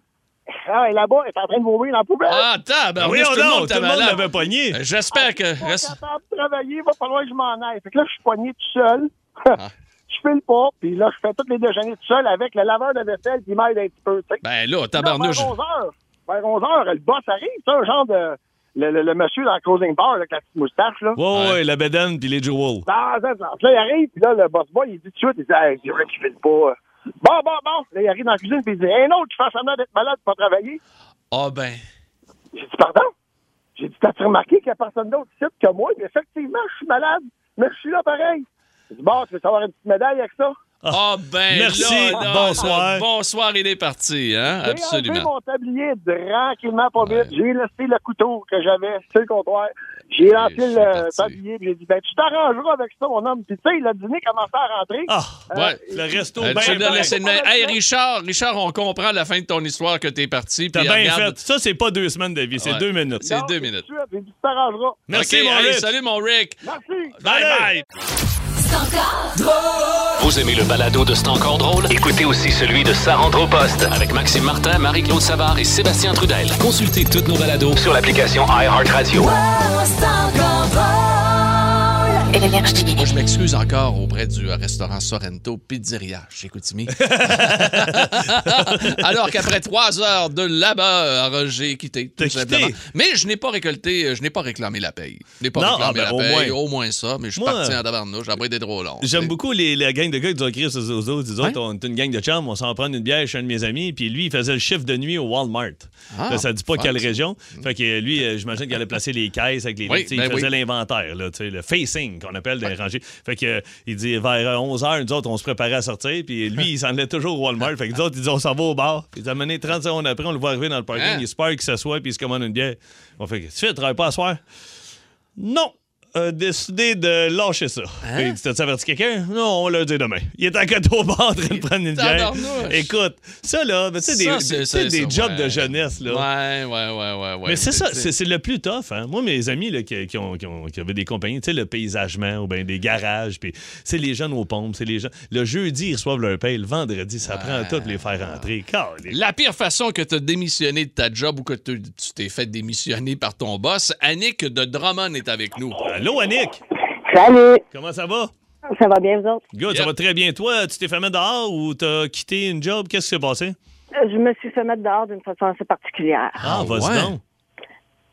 S4: Ah, elle est là-bas, elle est en train de mourir dans la poubelle.
S3: Ah, attends, ben, on
S2: oui,
S3: est- tout le monde
S2: tout le monde
S3: malade.
S2: l'avait pogné.
S3: Euh, J'espère que.
S4: pas
S3: reste-
S4: capable de travailler, il va falloir que je m'en aille. Fait que là, je suis poigné tout seul.
S3: Ah.
S4: Je fais le pas, puis là, je fais tous les déjeuners tout seul avec le laveur de vaisselle qui m'aide un petit peu, tu sais.
S3: Ben là,
S4: Là,
S3: tabarnouche.
S4: Vers 11 heures, vers 11 heures, le boss arrive, c'est un genre de. Le, le- le monsieur dans le closing bar avec la petite moustache, là.
S2: Ouais, ouais, la bédaine puis les jewels.
S4: Ah, ça, ça. Puis Là, il arrive, puis là, le boss boy, il dit tout de suite, il dit, hey, c'est vrai qu'il fait le pas. Bon, bon, bon. Là, il arrive dans la cuisine, puis il dit, un autre qui fait semblant d'être malade pour pas travailler.
S3: Ah, ben.
S4: J'ai dit, pardon? J'ai dit, t'as-tu remarqué qu'il n'y a personne d'autre ici que moi? Mais effectivement, je suis malade, mais je suis là pareil. J'ai dit, bon, tu veux savoir une petite médaille avec ça?
S3: Ah, ben.
S2: Merci,
S3: là, là, là,
S2: bonsoir.
S3: bonsoir, il est parti, hein?
S4: J'ai enlevé
S3: Absolument.
S4: mon tablier tranquillement, pas vite. J'ai laissé le couteau que j'avais sur le comptoir. J'ai lancé
S3: c'est
S4: le
S3: parti.
S4: tablier, puis j'ai dit, ben, tu t'arrangeras avec ça, mon homme. Puis, tu sais, le dîner commençait à rentrer.
S2: Ah,
S3: Ouais.
S2: le resto,
S3: Euh,
S2: ben,
S3: tu l'as
S2: ben.
S3: laissé de même. Hey, Richard, Richard, on comprend la fin de ton histoire que t'es parti.
S2: T'as
S3: puis
S2: bien fait.
S3: regarde-
S2: Ça, c'est pas deux semaines de vie, c'est
S3: Ouais.
S2: deux minutes.
S3: C'est
S4: Non,
S3: deux
S4: j'ai
S3: minutes.
S4: dit, J'ai dit, tu t'arrangeras.
S2: Merci,
S3: Ok,
S2: mon
S3: hey,
S2: Rich.
S3: Salut, mon Rick.
S4: Merci.
S3: Bye
S2: Allez.
S3: bye.
S1: Vous aimez le balado de C'est encore drôle? Écoutez aussi celui de Sa rentre au poste avec Maxime Martin, Marie-Claude Savard et Sébastien Trudel. Consultez tous nos balados sur l'application iHeartRadio.
S5: Énergie.
S3: Moi, je m'excuse encore auprès du euh, restaurant Sorrento Pizzeria chez Koutimi. Alors qu'après trois heures de labeur, j'ai quitté, tout
S2: T'as quitté?
S3: simplement. Mais je n'ai pas récolté, euh, je n'ai pas réclamé la paye. Je n'ai pas
S2: Non,
S3: réclamé
S2: ah, ben,
S3: la
S2: au
S3: paye,
S2: moins.
S3: au moins ça, mais je suis
S2: Moi,
S3: parti en tabarnouche. Après, des drôles. longs.
S2: J'aime beaucoup les, la gang de gars qui ont écrit aux aux autres. Disons, on est une gang de chums, on s'en prend une bière chez un de mes amis, puis lui, il faisait le chiffre de nuit au Walmart.
S3: Ah,
S2: Là, ça dit pas
S3: fun,
S2: quelle
S3: ça.
S2: région. Fait que euh, lui, euh, j'imagine qu'il allait placer les caisses avec les
S3: Oui,
S2: lettres, tu sais,
S3: ben
S2: Il faisait
S3: oui.
S2: l'inventaire, là, tu sais, le facing qu'on appelle des rangées. Fait que euh, il dit vers 11h, nous autres, on se préparait à sortir, puis lui, il s'en allait toujours au Walmart. Fait que nous autres, il dit on s'en va au bar. Puis il a mené 30 secondes après, on le voit arriver dans le parking,
S3: Hein?
S2: il se perd qu'il s'assoit, puis il se commande une bière. On fait que tu fais, travaille pas à soir? Non! a décidé de lâcher ça.
S3: Hein?
S2: Et tu T'as-tu averti quelqu'un? Non, on va le dire demain. Il est en côte au bar en train de prendre une bière.
S3: Tabarnouche.
S2: Écoute, ça là, ben, c'est des,
S3: Ça, c'est-
S2: c'est
S3: c'est
S2: des
S3: ça,
S2: jobs
S3: ouais.
S2: de jeunesse. là.
S3: Ouais, ouais, ouais, ouais, ouais.
S2: Mais c'est ça,
S3: tu sais,
S2: c'est c'est le plus tough. hein. Moi, mes amis là, qui, qui ont- qui ont- qui avaient des compagnies, tu sais, le paysagement ou bien des garages, puis c'est les jeunes aux pompes, c'est les gens. Le jeudi, ils reçoivent leur paye, le vendredi, ça prend tout les faire rentrer. Calé.
S3: La pire façon que tu as démissionné de ta job ou que te- tu t'es fait démissionner par ton boss, Annick de Drummond est avec nous.
S2: Allô, Annick,
S6: Salut!
S2: comment ça va?
S6: Ça va bien, vous autres?
S2: Good, ça
S3: Yep.
S2: va très bien. Toi, tu t'es fait mettre dehors ou t'as quitté une job? Qu'est-ce qui s'est passé?
S6: Euh, Je me suis fait mettre dehors d'une façon assez particulière.
S2: Ah, vas-y
S3: ouais.
S2: donc.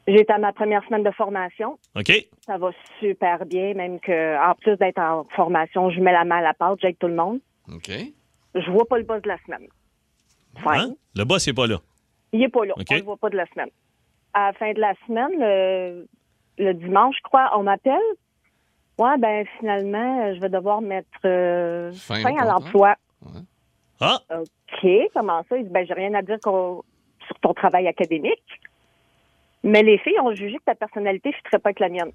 S6: J'étais à ma première semaine de formation.
S2: OK.
S6: Ça va super bien, même que, en plus d'être en formation, je mets la main à la pâte, j'aide tout le monde.
S3: OK.
S6: Je vois pas le boss de la semaine. Fine.
S2: Hein? Le boss n'est pas là.
S6: Il est pas là.
S2: OK.
S6: On le voit pas de la semaine. À la fin de la semaine, le, le dimanche, je crois, on m'appelle. Ouais, ben finalement, euh, je vais devoir mettre euh, fin,
S3: Fin au
S6: à
S3: contrat.
S6: l'emploi.
S2: Ah,
S6: OK, comment ça? Il dit, ben, j'ai rien à dire qu'on- sur ton travail académique. Mais les filles ont jugé que ta personnalité ne fitterait pas avec la mienne.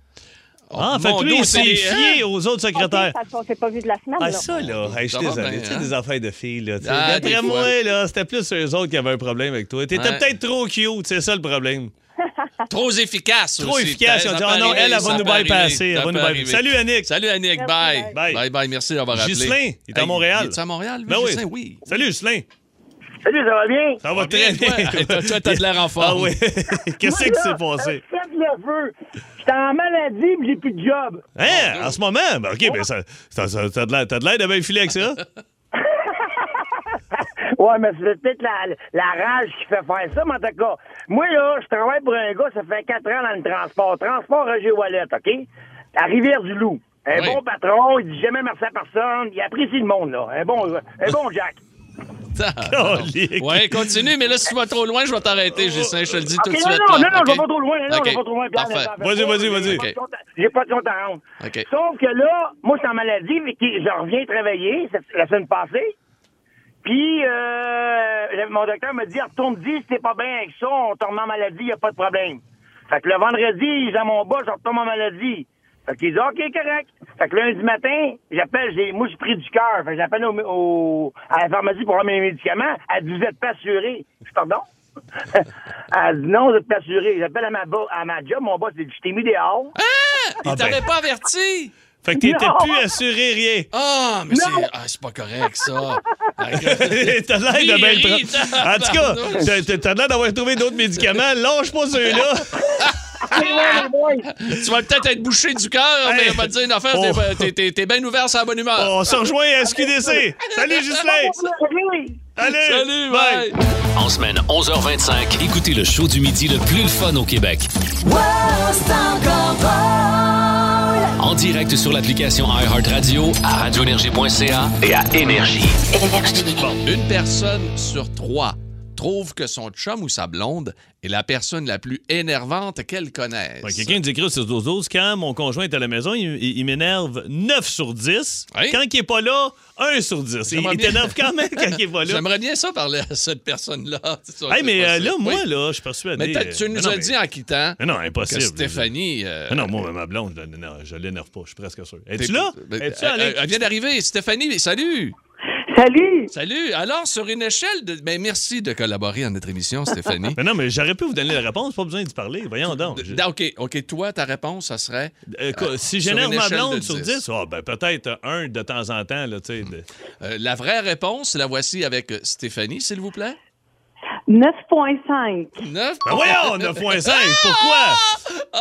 S2: ah fait
S3: Oh, Mon
S2: que lui,
S3: dos,
S2: il s'est
S3: c'est- hein?
S2: fié aux autres
S7: Ah,
S2: secrétaires.
S6: OK, parce qu'on s'est pas vu de la semaine.
S2: Ah,
S6: là.
S2: ça, là, hey, je
S3: Ça
S2: suis
S3: va
S2: désolé.
S3: bien,
S2: Tu sais,
S3: hein?
S2: des affaires de filles, là. tu sais.
S3: Ah, des
S2: D'après moi,
S3: fois.
S2: là, c'était plus eux autres qui avaient un problème avec toi. T'étais
S3: Ouais.
S2: peut-être trop cute, c'est ça le problème.
S3: Trop efficace
S2: Trop
S3: aussi.
S2: efficace.
S3: Ça
S2: On dit,
S3: peut
S2: ah non,
S3: arriver,
S2: elle, elle
S3: ça
S2: va nous
S3: peut arriver,
S2: bypasser. Elle
S3: ça
S2: va
S3: peut
S2: nous bypasser.
S3: arriver.
S2: Salut, Annick.
S3: Salut, Annick.
S6: Merci,
S3: bye.
S6: bye.
S2: Bye.
S3: Bye, bye. Merci d'avoir appelé.
S2: Ghislain, il est à Montréal.
S3: Il est à Montréal, lui,
S2: Ben oui.
S3: Ghislain? oui.
S2: Salut, Justin.
S4: Salut, ça va bien?
S2: Ça va
S3: Bien,
S2: très bien.
S3: toi. Hey, toi, toi, t'as de l'air en forme.
S2: Ah oui. Qu'est-ce qui s'est passé?
S4: Faites le feu. J'étais en maladie, mais j'ai plus de job.
S2: Hein? En ce moment? Ben, OK, ben, ça, ça, ça- t'as de l'air- t'as de l'aide à bien filer avec ça.
S4: Ouais, mais c'est peut-être la, la rage qui fait faire ça, mais en tout cas, moi, là, je travaille pour un gars, ça fait quatre ans dans le transport. Transport Roger Wallet, OK? À Rivière-du-Loup. Un
S3: Oui.
S4: bon patron, il dit jamais merci à personne, il apprécie le monde, là. Un bon, un bon Jack.
S2: Colique.
S3: Ouais, continue, mais là, si tu vas trop loin, je vais t'arrêter, Ghislain. Je te le dis tout
S4: Ok,
S3: de
S4: non,
S3: suite.
S4: non, non,
S3: là,
S4: non, je
S3: OK?
S4: vais pas trop loin, non, non,
S3: OK.
S4: je vais pas trop loin. Pierre,
S3: Parfait.
S4: Pierre,
S2: Vas-y,
S4: Pierre,
S2: vas-y, vas-y.
S4: j'ai pas de
S3: OK.
S4: compte à- J'ai pas de compte à rendre.
S3: OK.
S4: Sauf que là, moi, je suis en maladie, mais que je reviens travailler cette- la semaine passée. Puis, euh, le- mon docteur me dit, retourne-y, si t'es pas bien avec ça, on tombe en maladie, y a pas de problème. Fait que le vendredi, j'ai mon bas, je retombe en maladie. Fait qu'il dit, OK, correct. Fait que lundi matin, j'appelle, j'ai, moi, j'ai pris du cœur. Fait que j'appelle au, au- à la pharmacie pour avoir mes médicaments. Elle dit, vous êtes pas assuré. Je dis, pardon? Elle dit, non, vous êtes pas assuré. J'appelle à ma, bo- à ma job, mon boss, il dit, je t'ai mis dehors.
S3: Il
S2: Ah,
S3: t'avait
S2: ben.
S3: pas averti.
S2: Fait que t'étais
S4: Non.
S2: plus assuré rien.
S3: Ah, mais c'est ah, c'est pas correct, ça.
S2: t'as l'air de bien le
S3: Viry,
S2: prendre. En tout cas,
S3: tabarnouche.
S2: t'as- t'as- t'as l'air d'avoir trouvé d'autres médicaments. Lâche pas ceux-là.
S3: tu vas peut-être être bouché du cœur, mais
S2: Hey.
S3: on va te dire une affaire, t'es-
S2: Oh.
S3: t'es- t'es t'es bien ouvert sur la bonne humeur.
S2: On se rejoint à SQDC. Salut, Justin. Allez.
S3: Salut, bye.
S1: En semaine 11h25, écoutez le show du midi le plus le fun au Québec. En direct sur l'application iHeartRadio, à radioénergie.ca et à Énergie.
S5: Énergie.
S3: Une personne sur trois trouve que son chum ou sa blonde est la personne la plus énervante qu'elle connaisse.
S2: Ouais, Quelqu'un nous écrit sur 12 12 quand mon conjoint est à la maison, il, il- il m'énerve 9 sur 10.
S3: Hein?
S2: Quand il n'est pas là, 1 sur 10. Il,
S3: J'aimerais
S2: il
S3: bien-
S2: t'énerve quand même quand il n'est pas là.
S3: J'aimerais bien ça parler à cette personne-là.
S2: Hey, mais euh, là,
S3: Oui.
S2: moi, là, je suis persuadé.
S3: Mais t'as- tu
S2: euh,
S3: nous
S2: non,
S3: as
S2: mais-
S3: dit en quittant
S2: Mais non,
S3: que
S2: impossible.
S3: Stéphanie. euh,
S2: Mais non, moi, ma blonde, je l'énerve- je l'énerve pas, je suis presque sûr.
S3: t'es-
S2: Es-tu là?
S3: Ben,
S2: Es-tu
S3: elle-
S2: en ligne?
S3: elle- elle vient d'arriver. Stéphanie, salut!
S6: Salut!
S3: Salut! Alors, sur une échelle de. Ben, merci de collaborer à notre émission, Stéphanie.
S2: Mais non, mais j'aurais pu vous donner la réponse, pas besoin d'y parler. Voyons donc. Je-
S3: D- OK, OK. Toi, ta réponse, ça serait.
S2: Euh, quoi, si
S3: sur
S2: j'énerve
S3: une
S2: ma
S3: échelle de
S2: blonde sur
S3: 10.
S2: 10, ah, ben, peut-être un de temps en temps. Là, tu sais, de-
S3: euh, la vraie réponse, la voici avec euh, Stéphanie, s'il vous plaît.
S6: 9.5.
S3: 9.
S2: Ben voyons, 9.5,
S3: Ah!
S2: pourquoi?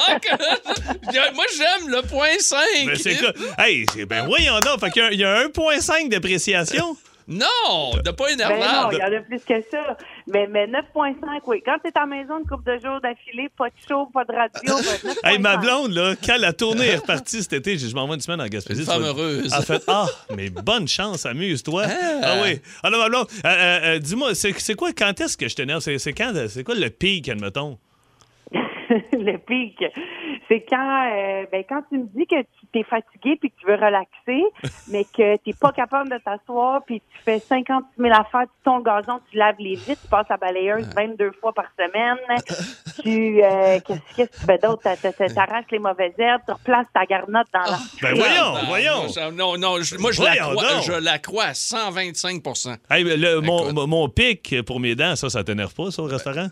S3: Moi, j'aime le point 5.
S2: Mais Ben, c'est quoi? Hey, c'est- ben voyons donc, fait qu'il y a- il y a, 1.5 d'appréciation.
S3: Non, de pas
S2: Ah,
S7: Ben non,
S3: énervant.
S7: il y en a plus que ça. Mais, mais 9.5, oui. Quand t'es à la maison une couple de jours d'affilée, pas de show, pas de radio, ben, 9.5.
S2: Hey, ma blonde, là, quand la tournée est repartie cet été, j'ai- je m'envoie une semaine en Gaspésie.
S3: Une femme
S2: tu vas-
S3: heureuse.
S2: Elle fait Ah, mais bonne chance, amuse-toi. Ah, oui. Alors, ma blonde, euh, euh, euh, dis-moi, c'est c'est quoi, quand est-ce que je t'énerve? C'est c'est quand, euh, c'est quoi le pic, admettons?
S7: le pic, c'est quand, euh, ben, quand tu me dis que tu t'es fatigué puis que tu veux relaxer, mais que t'es pas capable de t'asseoir puis tu fais 50 000 affaires, tu ton gazon, tu laves les vitres, tu passes à balayeuse 22 fois par semaine, tu, euh, qu'est-ce qu'est-ce que tu fais d'autre? T'a- t'a- t'a- T'arraches les mauvaises herbes, tu replaces ta garnotte dans la...
S2: Ben voyons,
S3: Ah,
S2: voyons.
S3: moi, ça- non, non, je- moi, je la,
S2: Voyons
S3: crois,
S2: donc.
S3: je la crois à 125
S2: Hey, ben, le- mon,
S3: Écoute.
S2: mon- mon pic pour mes dents, ça, ça t'énerve pas, ça, au restaurant?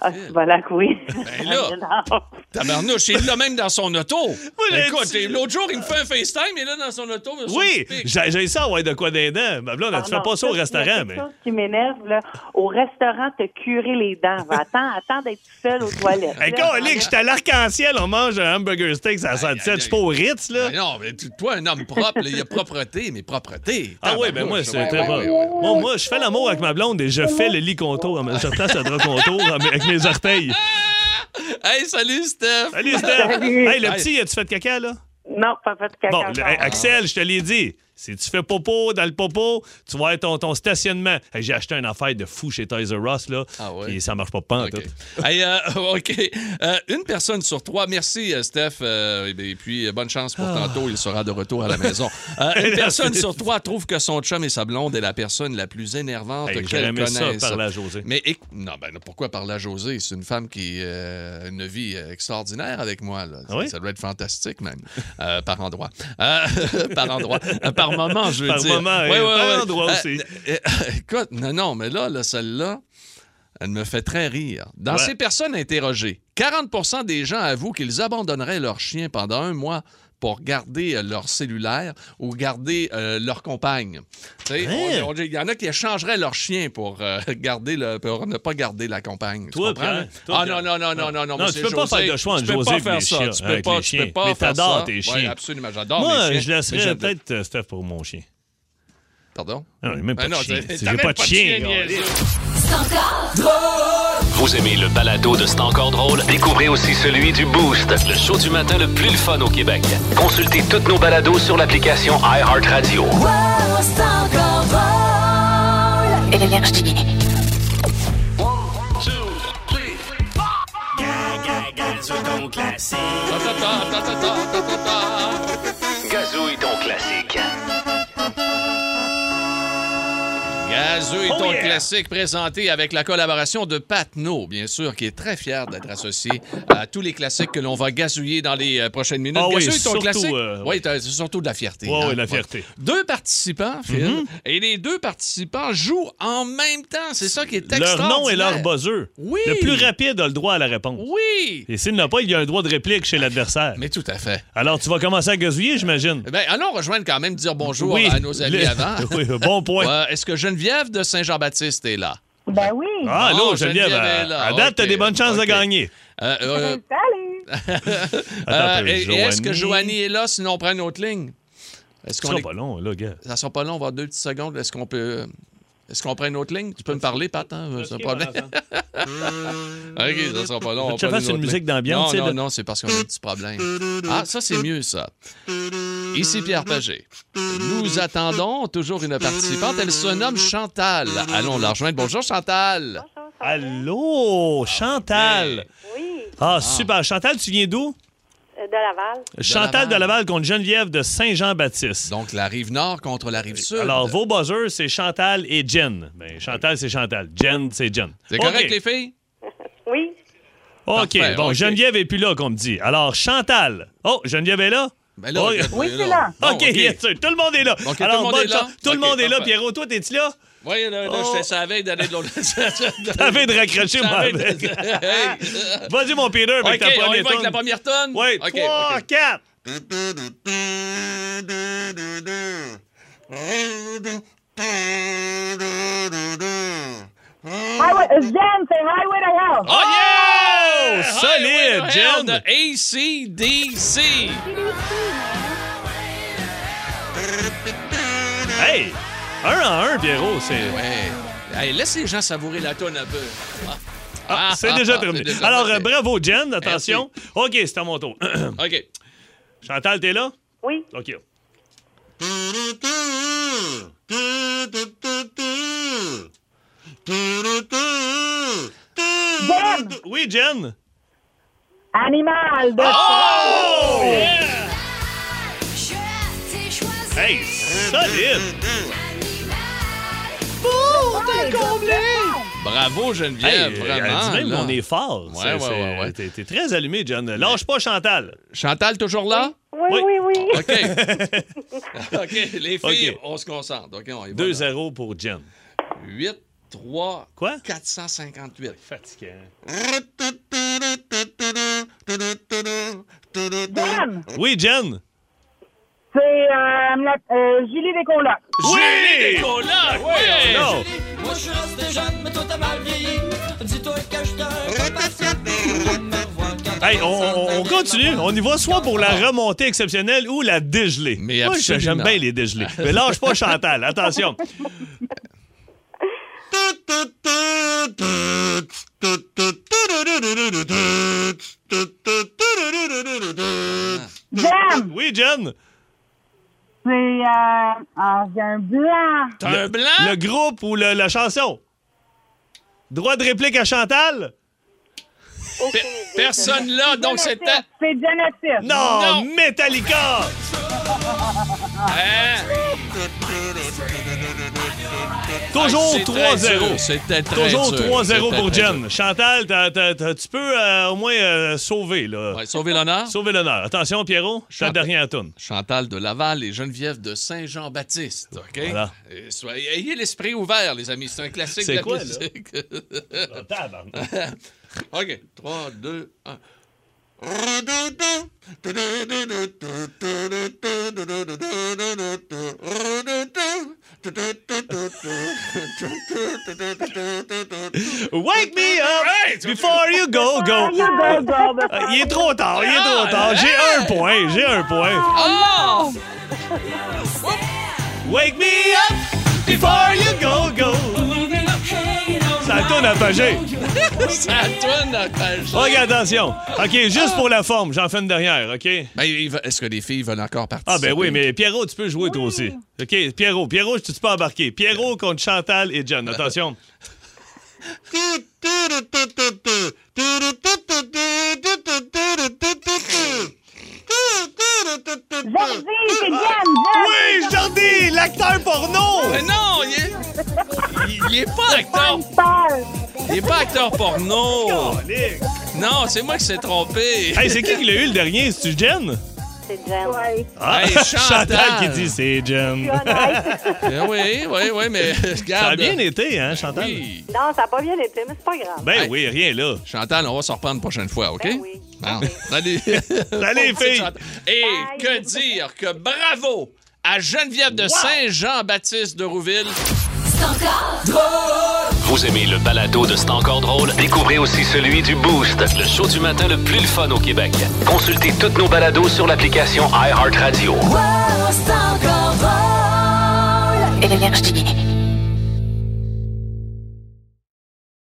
S2: Oh,
S7: Ah, tu vas là, oui.
S3: Ben là. Tabarnouche, il l'a même dans son auto.
S2: là,
S3: Écoute,
S2: tu-
S3: l'autre jour, il me fait un FaceTime, il est là dans son auto. sur
S2: Oui,
S3: son pic.
S2: j'ai j'ai ça, ouais, de quoi des dents. Ma blonde, elle, tu fais pas Ah ça au restaurant, mais.
S7: C'est ça qui m'énerve, là. Au restaurant, te curer les dents. Va, Attends, attends d'être tout seul aux toilettes.
S2: Hey,
S7: là.
S2: colique, j'étais à l'arc-en-ciel, on mange un hamburger steak à 107, je suis pas au Ritz, là.
S3: Ben non, mais tu- toi, un homme propre, là, il y a propreté, mais propreté.
S2: Ah oui, ben
S3: Tabarnouche,
S2: moi, c'est
S3: ouais,
S2: très
S3: ouais,
S2: bon.
S3: ouais, ouais.
S2: Moi, moi, je fais l'amour avec ma blonde et je fais le lit contour. Je replace le drap contour avec mes orteils.
S3: Hey, salut, Steph.
S2: Salut, Steph! Hey, le
S3: Hey.
S2: petit, as-tu fait de caca, là?
S7: Non, pas fait de caca.
S2: Bon, le- eh, hey,
S7: encore.
S2: Axel, je te l'ai dit. Si tu fais popo dans le popo, tu vas être ton, ton stationnement. Hey, J'ai acheté une affaire de fou chez Toys R Us, là.
S3: Ah ouais?
S2: Et ça marche pas pas en
S3: OK.
S2: tout.
S3: Hey, euh, OK. Euh, une personne sur trois. Merci, euh, Steph. Euh, et ben, et puis, euh, bonne chance pour tantôt. Il sera de retour à la maison. Euh, une personne sur trois trouve que son chum et sa blonde est la personne la plus énervante
S2: Hey, J'aurais
S3: qu'elle
S2: aimé ça
S3: connaisse.
S2: parler à José.
S3: Mais éc- non, ben non, pourquoi parler à José? C'est une femme qui euh, a une vie euh, extraordinaire avec moi. là.
S2: Ah oui?
S3: Ça doit être fantastique, même, euh, par endroit. Euh, par endroit. Euh, par moment, je veux
S2: Par
S3: dire.
S2: moment,
S3: Ouais,
S2: et
S3: ouais,
S2: par
S3: ouais.
S2: endroit
S3: Euh,
S2: aussi.
S3: euh, écoute, non, non, mais là, là, celle-là, elle me fait très rire. Dans
S2: Ouais.
S3: ces personnes interrogées, 40 des gens avouent qu'ils abandonneraient leur chien pendant un mois pour garder euh, leur cellulaire ou garder euh, leur compagne. Tu sais,
S2: Hein?
S3: on- on- Il y en a qui échangeraient leur chien pour, euh, garder le, pour ne pas garder la compagne. Tu
S2: Toi,
S3: comprends,
S2: Pierre,
S3: là?
S2: toi,
S3: ah
S2: Pierre.
S3: non, non, non, non, non, non. moi,
S2: tu
S3: c'est
S2: peux pas
S3: José.
S2: faire de choix entre
S3: Tu peux
S2: José
S3: pas
S2: et
S3: faire
S2: les
S3: ça.
S2: chiens,
S3: Tu peux
S2: avec
S3: pas,
S2: les
S3: tu peux
S2: chiens.
S3: pas
S2: Mais
S3: faire
S2: t'adores
S3: ça.
S2: tes
S3: Ouais,
S2: chiens.
S3: absolument, j'adore mes
S2: Moi,
S3: chiens.
S2: je
S3: Mais
S2: laisserais
S3: j'aime-
S2: peut-être euh, Steph pour mon chien. Ah,
S3: Pardon?
S2: Non, j'ai même pas
S3: Ben
S2: de
S3: non,
S2: chien.
S3: t'as-
S2: J'ai
S3: t'as même
S2: pas de chien. gars.
S3: niaiseux.
S1: Vous aimez le balado de C'est encore drôle? Découvrez aussi celui du Boost, le show du matin le plus le fun au Québec. Consultez toutes nos balados sur l'application iHeartRadio.
S5: Énergie.
S3: Ta, ta, ta, ta, ta, ta, ta, ta.
S1: Gazouille ton classique.
S3: Gazeux est
S2: Oh
S3: ton
S2: yeah!
S3: classique présenté avec la collaboration de Patno, bien sûr, qui est très fier d'être associé à tous les classiques que l'on va gazouiller dans les euh, prochaines minutes.
S2: Ah oui,
S3: Gazeux est ton
S2: surtout,
S3: classique.
S2: euh,
S3: oui, t'as- c'est surtout de la fierté.
S2: Ouais,
S3: hein?
S2: ouais, la
S3: Ouais.
S2: fierté. Mm-hmm.
S3: Deux participants, Phil, et les deux participants jouent en même temps. C'est ça qui est
S2: Leur
S3: extraordinaire.
S2: nom et leur buzzer.
S3: Oui.
S2: Le plus rapide a le droit à la réponse.
S3: Oui!
S2: Et s'il n'a pas, il y a un droit de réplique chez l'adversaire.
S3: Mais tout à fait.
S2: Alors, tu vas commencer à gazouiller, j'imagine.
S3: Ben, allons rejoindre quand même dire bonjour
S2: oui.
S3: à nos amis
S2: Le-
S3: avant.
S2: oui, bon point.
S3: Euh, Est-ce que Geneviève de Saint-Jean-Baptiste est là?
S7: Ben oui.
S2: Ah,
S3: Bon,
S2: allô, Geneviève,
S3: Geneviève est là.
S2: à, à date, t'as
S3: Ok,
S2: des bonnes chances
S3: ok.
S2: de gagner.
S3: Euh, euh,
S7: Salut.
S2: Attends un
S3: Euh,
S2: peu,
S3: et- et est-ce que
S2: Joanie?
S3: Joanie est là, sinon on prend une autre ligne? Est-ce
S2: Ce
S3: qu'on
S2: sera
S3: est-
S2: pas long, là, gars.
S3: Ça sera pas long, on va avoir deux petites secondes. Est-ce qu'on peut. Est-ce qu'on prend une autre ligne? Tu peux me parler, Pat? hein? C'est un problème. OK, ça sera pas long. on
S2: Faut que je
S3: prend
S2: fasse une
S3: autre
S2: musique
S3: ligne.
S2: d'ambiance, tu sais,
S3: Non, non,
S2: de-
S3: non, c'est parce qu'on a un petit problème. Ah, ça, c'est mieux, ça. Ici Pierre Pagé. Nous attendons toujours une participante. Elle se nomme Chantal. Allons la rejoindre. Bonjour, Chantal.
S2: Allô, Chantal.
S7: Ah, Oui,
S2: Ah, super. Chantal, tu viens d'où?
S7: euh, de Laval.
S2: Chantal
S3: Laval.
S2: de Laval contre Geneviève de Saint-Jean-Baptiste.
S3: Donc, euh, la rive nord contre la rive sud.
S2: Alors, vos buzzers, c'est Chantal et Jen. Ben, Chantal, c'est Chantal. Jen, c'est Jen.
S3: C'est correct,
S2: OK.
S3: les filles?
S7: Oui.
S2: OK,
S3: Parfait,
S2: bon,
S3: OK.
S2: Geneviève est plus là, qu'on me dit. Alors, Chantal. Oh, Geneviève est là?
S3: Ben là,
S2: Oh,
S3: regarde,
S7: oui,
S3: elle est
S7: c'est là.
S3: Bon,
S2: OK, yes, sir. tout le monde est là.
S3: OK, tout
S2: Alors,
S3: le monde
S2: bonne
S3: est là?
S2: chance. Tout le
S3: OK,
S2: monde est là.
S3: parfait.
S2: Pierrot, toi, t'es-tu là?
S3: Oui, là, là
S2: Oh.
S3: j'étais ça veille d'aller de l'autre.
S2: T'avais de raccrocher, moi.
S3: J'avais
S2: avec.
S3: de- Hey.
S2: Vas-y, mon Peter, avec
S3: OK,
S2: ta
S3: on y
S2: première
S3: va avec la
S2: tonne.
S3: première tonne?
S2: Oui,
S3: OK,
S2: 3,
S3: OK.
S2: 4.
S7: euh,
S6: Jen, c'est Highway to Hell.
S3: Oh, yeah!
S2: Oh, solide,
S3: Highway to Hell
S2: Jen.
S3: de ACDC.
S2: Hey, un en un, Pierrot, c'est...
S3: Ouais. Hey, laisse les gens savourer la tonne un peu.
S2: Ah, c'est
S3: ah,
S2: déjà
S3: ah,
S2: terminé.
S3: c'est déjà
S2: Alors, euh,
S3: terminé.
S2: bravo, Jen, attention. OK, c'est à mon tour.
S3: OK.
S2: Chantal, t'es là?
S7: Oui.
S2: OK. Oui, Jen.
S7: Animal
S2: Ah,
S7: de
S2: Oh! Hey, solide!
S3: Bravo, Geneviève,
S2: Hey,
S3: vraiment.
S2: elle dit même
S3: là.
S2: qu'on est fort.
S3: Ouais,
S2: C'est-
S3: ouais,
S2: c'est-
S3: ouais, ouais.
S2: T'es, t'es très allumé, John. Lâche pas Chantal.
S3: Chantal, toujours là?
S7: Oui, oui, oui.
S3: OK. OK, les filles,
S2: OK.
S3: on se concentre. OK, on y va.
S2: 2-0 pour John.
S3: 8, 3,
S2: Quoi?
S3: 458.
S2: Fatiguant.
S7: Dame,
S2: Oui, John.
S7: c'est euh, la- euh, Julie Descolocs.
S2: Oui!
S3: Julie des colocs, oui!
S2: Non!
S8: Moi je reste jeune, mais toi t'as mal vieilli. Dis-toi que je te.
S2: Hey, on, on- on continue. On y va soit pour la remontée exceptionnelle ou la dégelée.
S3: Mais
S2: Moi,
S3: absolument.
S2: j'aime bien les dégelées. Mais lâche pas Chantal. Attention.
S7: Dame,
S2: Oui, John.
S7: c'est euh, ah, j'ai un blanc.
S3: T'as un blanc?
S2: Le groupe ou le- la chanson? Droit de réplique à Chantal?
S3: Pe- Personne là, donc
S7: Genesis,
S3: c'était...
S7: C'est Genesis.
S2: Non!
S3: Non.
S2: Metallica!
S3: Hein?
S2: Toujours
S3: Hey, c'est très
S2: 3-0.
S3: dur, C'était très
S2: Toujours
S3: dur,
S2: 3-0
S3: c'était
S2: pour
S3: très dur.
S2: Jen. Chantal, t'as- t'as- t'as- tu peux euh, au moins euh, sauver, là.
S3: Ouais, sauver l'honneur.
S2: Sauver l'honneur. Attention, Pierrot, c'est la
S3: Chantal.
S2: dernière tourne.
S3: Chantal de Laval et Geneviève de Saint-Jean-Baptiste. OK?
S2: Voilà.
S3: Et soyez- ayez l'esprit ouvert, les amis. C'est un classique
S2: C'est
S3: de la
S2: quoi, là?
S3: musique. OK. 3, 2, 1.
S2: Wake me up before you go, go.
S7: You go, go, go.
S2: Euh, Il est trop tard, il est trop tard. J'ai un point, j'ai un point.
S3: Oh!
S2: Wake me up before you go, go. Ça tourne à pager.
S3: Ça tourne dans ta
S2: OK, attention. OK, juste pour la forme, j'en fais une dernière, OK?
S3: Ben, il va- Est-ce que les filles veulent encore participer?
S2: Ah ben oui, mais Pierrot, tu peux jouer toi aussi. OK, Pierrot, Pierrot, tu tu peux embarquer. Pierrot
S3: Ben.
S2: contre Chantal et John. Attention.
S7: Jordi, c'est Jen, Jen.
S2: Ah, Oui, Jordi, l'acteur porno!
S3: Mais Euh, non, il est... Il- Il est pas acteur...
S7: Paul.
S3: Il est pas acteur porno! Non, c'est moi qui s'est trompé!
S2: Hey, c'est qui qui l'a eu le dernier? C'est-tu Jen?
S6: C'est Jen.
S7: Ouais.
S2: Ah,
S3: Hey, Chantal.
S2: qui dit c'est Jen.
S3: Ben oui, oui, oui, mais regarde...
S2: Ça a bien été, hein, Chantal?
S3: Oui.
S6: Non, ça n'a pas bien été, mais c'est pas grave.
S2: Ben
S3: Hey.
S2: oui, rien là.
S3: Chantal, on va se reprendre la prochaine fois, OK?
S6: Ben oui.
S3: Bon, Salut.
S2: Salut, filles.
S3: Et que dire que bravo à Geneviève de Saint-Jean-Baptiste de Rouville.
S1: Vous aimez le balado de C'est encore drôle? Découvrez aussi celui du Boost, le show du matin le plus le fun au Québec. Consultez tous nos balados sur l'application iHeartRadio.
S5: Énergie.